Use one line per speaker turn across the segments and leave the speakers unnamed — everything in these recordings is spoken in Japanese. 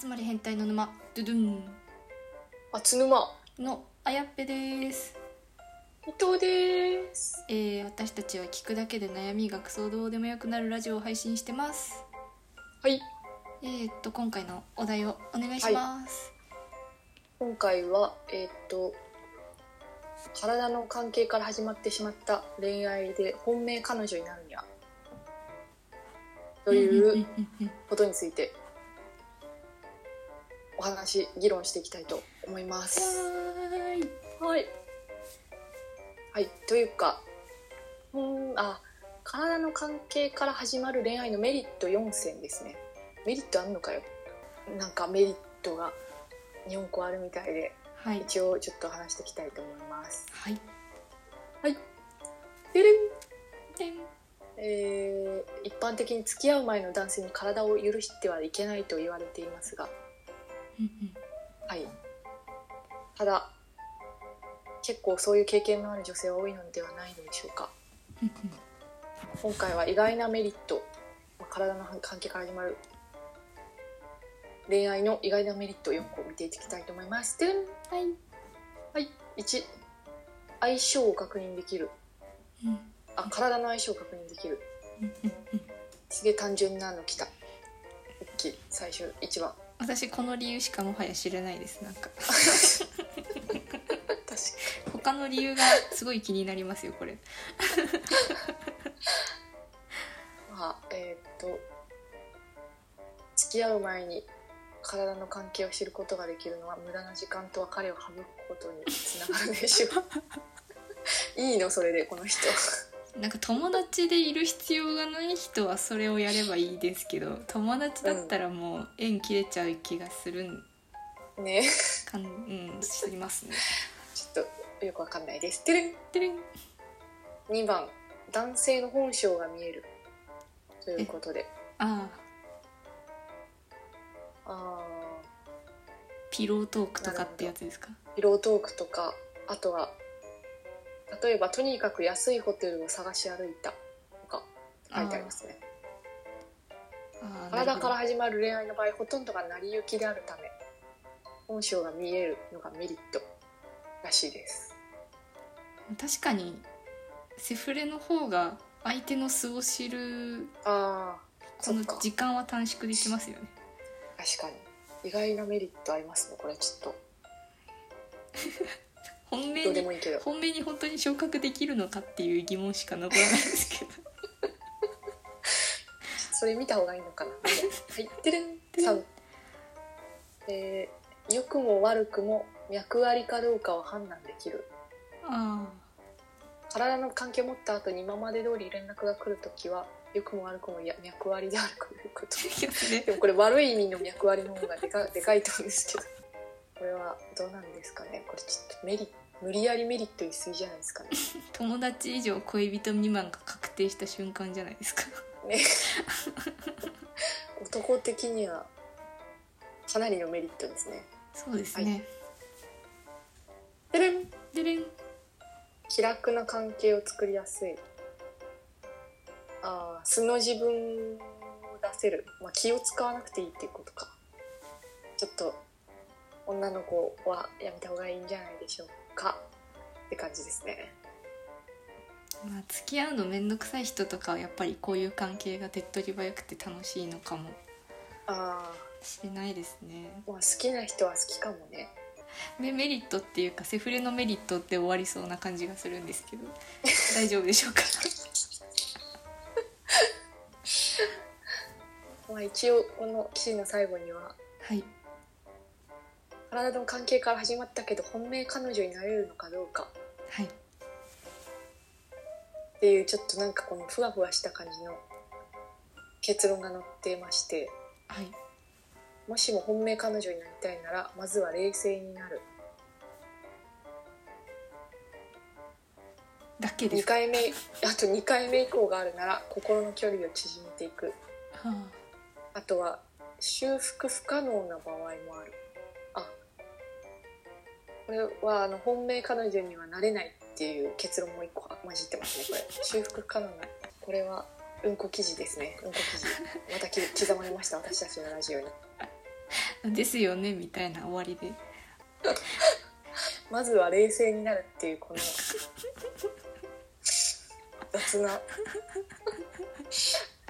集まり変態の沼ドゥドゥン
あつぬま
のあやっぺです、
伊藤です
えー、私たちは聞くだけで悩みがクソどうでもよくなるラジオを配信してます
はい
えー、っと今回のお題をお願いします、
今回はえーっと体の関係から始まってしまった恋愛で本命彼女になるにはと
ん
いうん
んうん
ことについてお話議論していきたいと思います
わーい
はいはいというかうーんあ体の関係から始まる恋愛のメリット4選ですねメリットあんのかよなんかメリットが4個あるみたいで
はい
一応ちょっと話していきたいと思います。
はい
でれん
でん
えー一般的に付き合う前の男性に体を許してはいけないと言われていますが、
うん
はい、ただ結構そういう経験のある女性は多いのではないのでしょうか
うん
今回は意外なメリットまあ体の関係から始まる恋愛の意外なメリットを4個見ていきたいと思います。でれん
はい
はい、1相性を確認できる
うんうん
あ体の相性を確認できる
うんうんうん
すげえ単純なの来た大きい最初一番
私この理由しかもはや知らないですなんか
確か
他の理由がすごい気になりますよこれ
にまあえーっと付き合う前に体の関係を知ることができるのは無駄な時間と別れを省くことにつながるでしょういいのそれでこの人
なんか友達でいる必要がない人はそれをやればいいですけど友達だったらもう縁切れちゃう気がするん
ね
かんうんしますね。
ちょっとよくわかんないですてれん
てれん
2番男性の本性が見えるということで
ああ
ああ
ピロートークとかってやつですか。
ピロートークとかあとは例えばとにかく安いホテルを探し歩いたとか書いてありますね
ああ
体から
なる
始まる恋愛の場合ほとんどが成り行きであるため本性が見えるのがメリットらしいです
ほど確かにセフレの方が相手の素を知る
ああ
こ
そ
の
っか確
時間は短縮できますよね。
かに意外なメリットありますねこれちょっ
本
と
命
どうで
に
もいいけど
本命に本当に昇格できるのかっていう疑問しか残らないですけど。
それ見た方がいいの かなはいてるん3えー良くも悪くも脈割りかどうかを判断できる
あ
体の関係を持った後に今まで通り連絡が来るときは良くも悪くもいや脈割りであるということ
あいやそれ
でもこれ悪い意味の脈割りの方がでかでかいと思うんですけどこれはどうなんですかねこれちょっとメリ無理やりメリットにすぎじゃないですかね
友達以上恋人未満が確定した瞬間じゃないですか
男的にはかなりのメリットですね
そうですね、
でれん
でれん
気楽な関係を作りやすいああ素の自分を出せる、まあ、気を使わなくていいっていうことかちょっと女の子はやめた方がいいんじゃないでしょうかって感じですね
まあ付き合うの面倒くさい人とかはやっぱりこういう関係が手っ取り早くて楽しいのかも
ああ
しれないですね
まあ好きな人は好きかもね
メメリットっていうかセフレのメリットって終わりそうな感じがするんですけ ど大丈夫でしょうか
まあ一応この記事の最後には
はい
体の関係から始まったけど本命彼女になれるのかどうか
はい
っていうちょっとなんかこのふわふわした感じの結論が載ってまして
はい
もしも本命彼女になりたいならまずは冷静になる
だけで
2
すか、
回目あと2回目以降があるなら心の距離を縮めていく
は
あとは修復不可能な場合もあるあこれはあの本命彼女にはなれないっていう結論も1個混じってますねこれ修復不可能なこれはうんこ記事ですねうんこ記事またき刻まれました私たちのラジオに
あ、ですよねみたいな終わり で
まずは冷静になるっていうこの雑な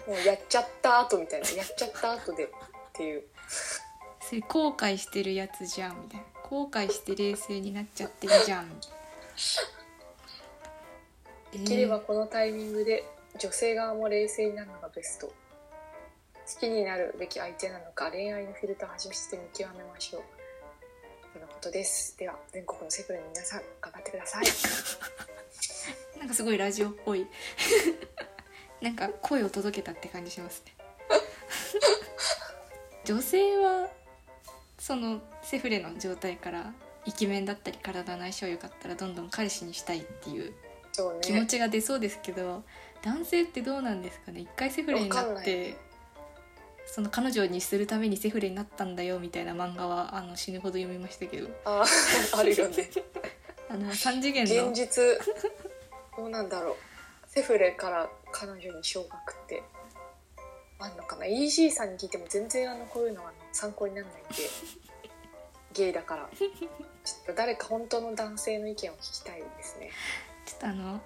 もうやっちゃった後みたいなやっちゃった後でっていう
それ後悔してるやつじゃんみたいな後悔して冷静になっちゃってるじゃん
できればこのタイミングで女性側も冷静になるのがベスト好きになるべき相手なのか恋愛のフィルターを外して見極めましょうとのことですでは全国のセクレの皆さん頑張ってください
えーなんかすごいラジオっぽい なんか声を届けたって感じしますね 女性はそのセフレの状態からイケメンだったり体の相性良かったらどんどん彼氏にしたいっていう
そう
気持
ね
ちが出そうですけど、男性ってどうなんですかね一回セフレにな
わかん
っ
な
て
い
その彼女にするためにセフレになったんだよみたいな漫画はあの死ぬほど読みましたけど
ああるよね
あの3次元の
現実どうなんだろうセフレから彼女に小学ってあんのかな EG さんに聞いても全然あのこういうのはあの参考にならないんでゲイだからちょっと誰か本当の男性の意見を聞きたいですね
ちょっとあの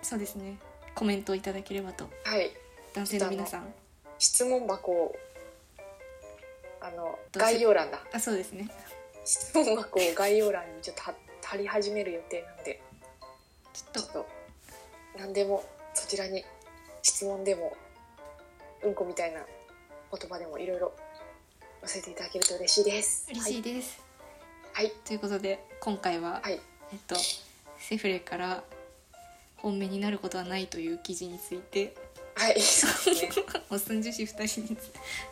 そうですねコメントをいただければと
はい
男性の皆さん
質問箱をあの
どうせ
概要欄だ
あそうですね
質問箱を概要欄にちょっと貼貼り始める予定なんで
ちょ
ちょ
っ
っ
と
と何でもそちらに質問でもうんこみたいな言葉でもいろいろ載せていただけると嬉しいです。
嬉しいです、
はい、はい
ということで今回は、
はい
えっとセフレから本命になることはないという記事について
はい、そうですね。
おっさん女子2人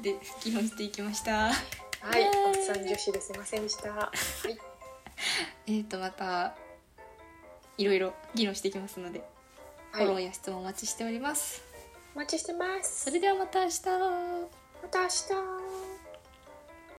で議論していきました
はい
イエーイ、
おっさん女子ですいませんでした。はい、
えっとまたいろいろ議論していきますので、フォロ
は
ー
い、
や質問お待ちしております
お待ちしてま
そ
す。
れではまた明日
また明日。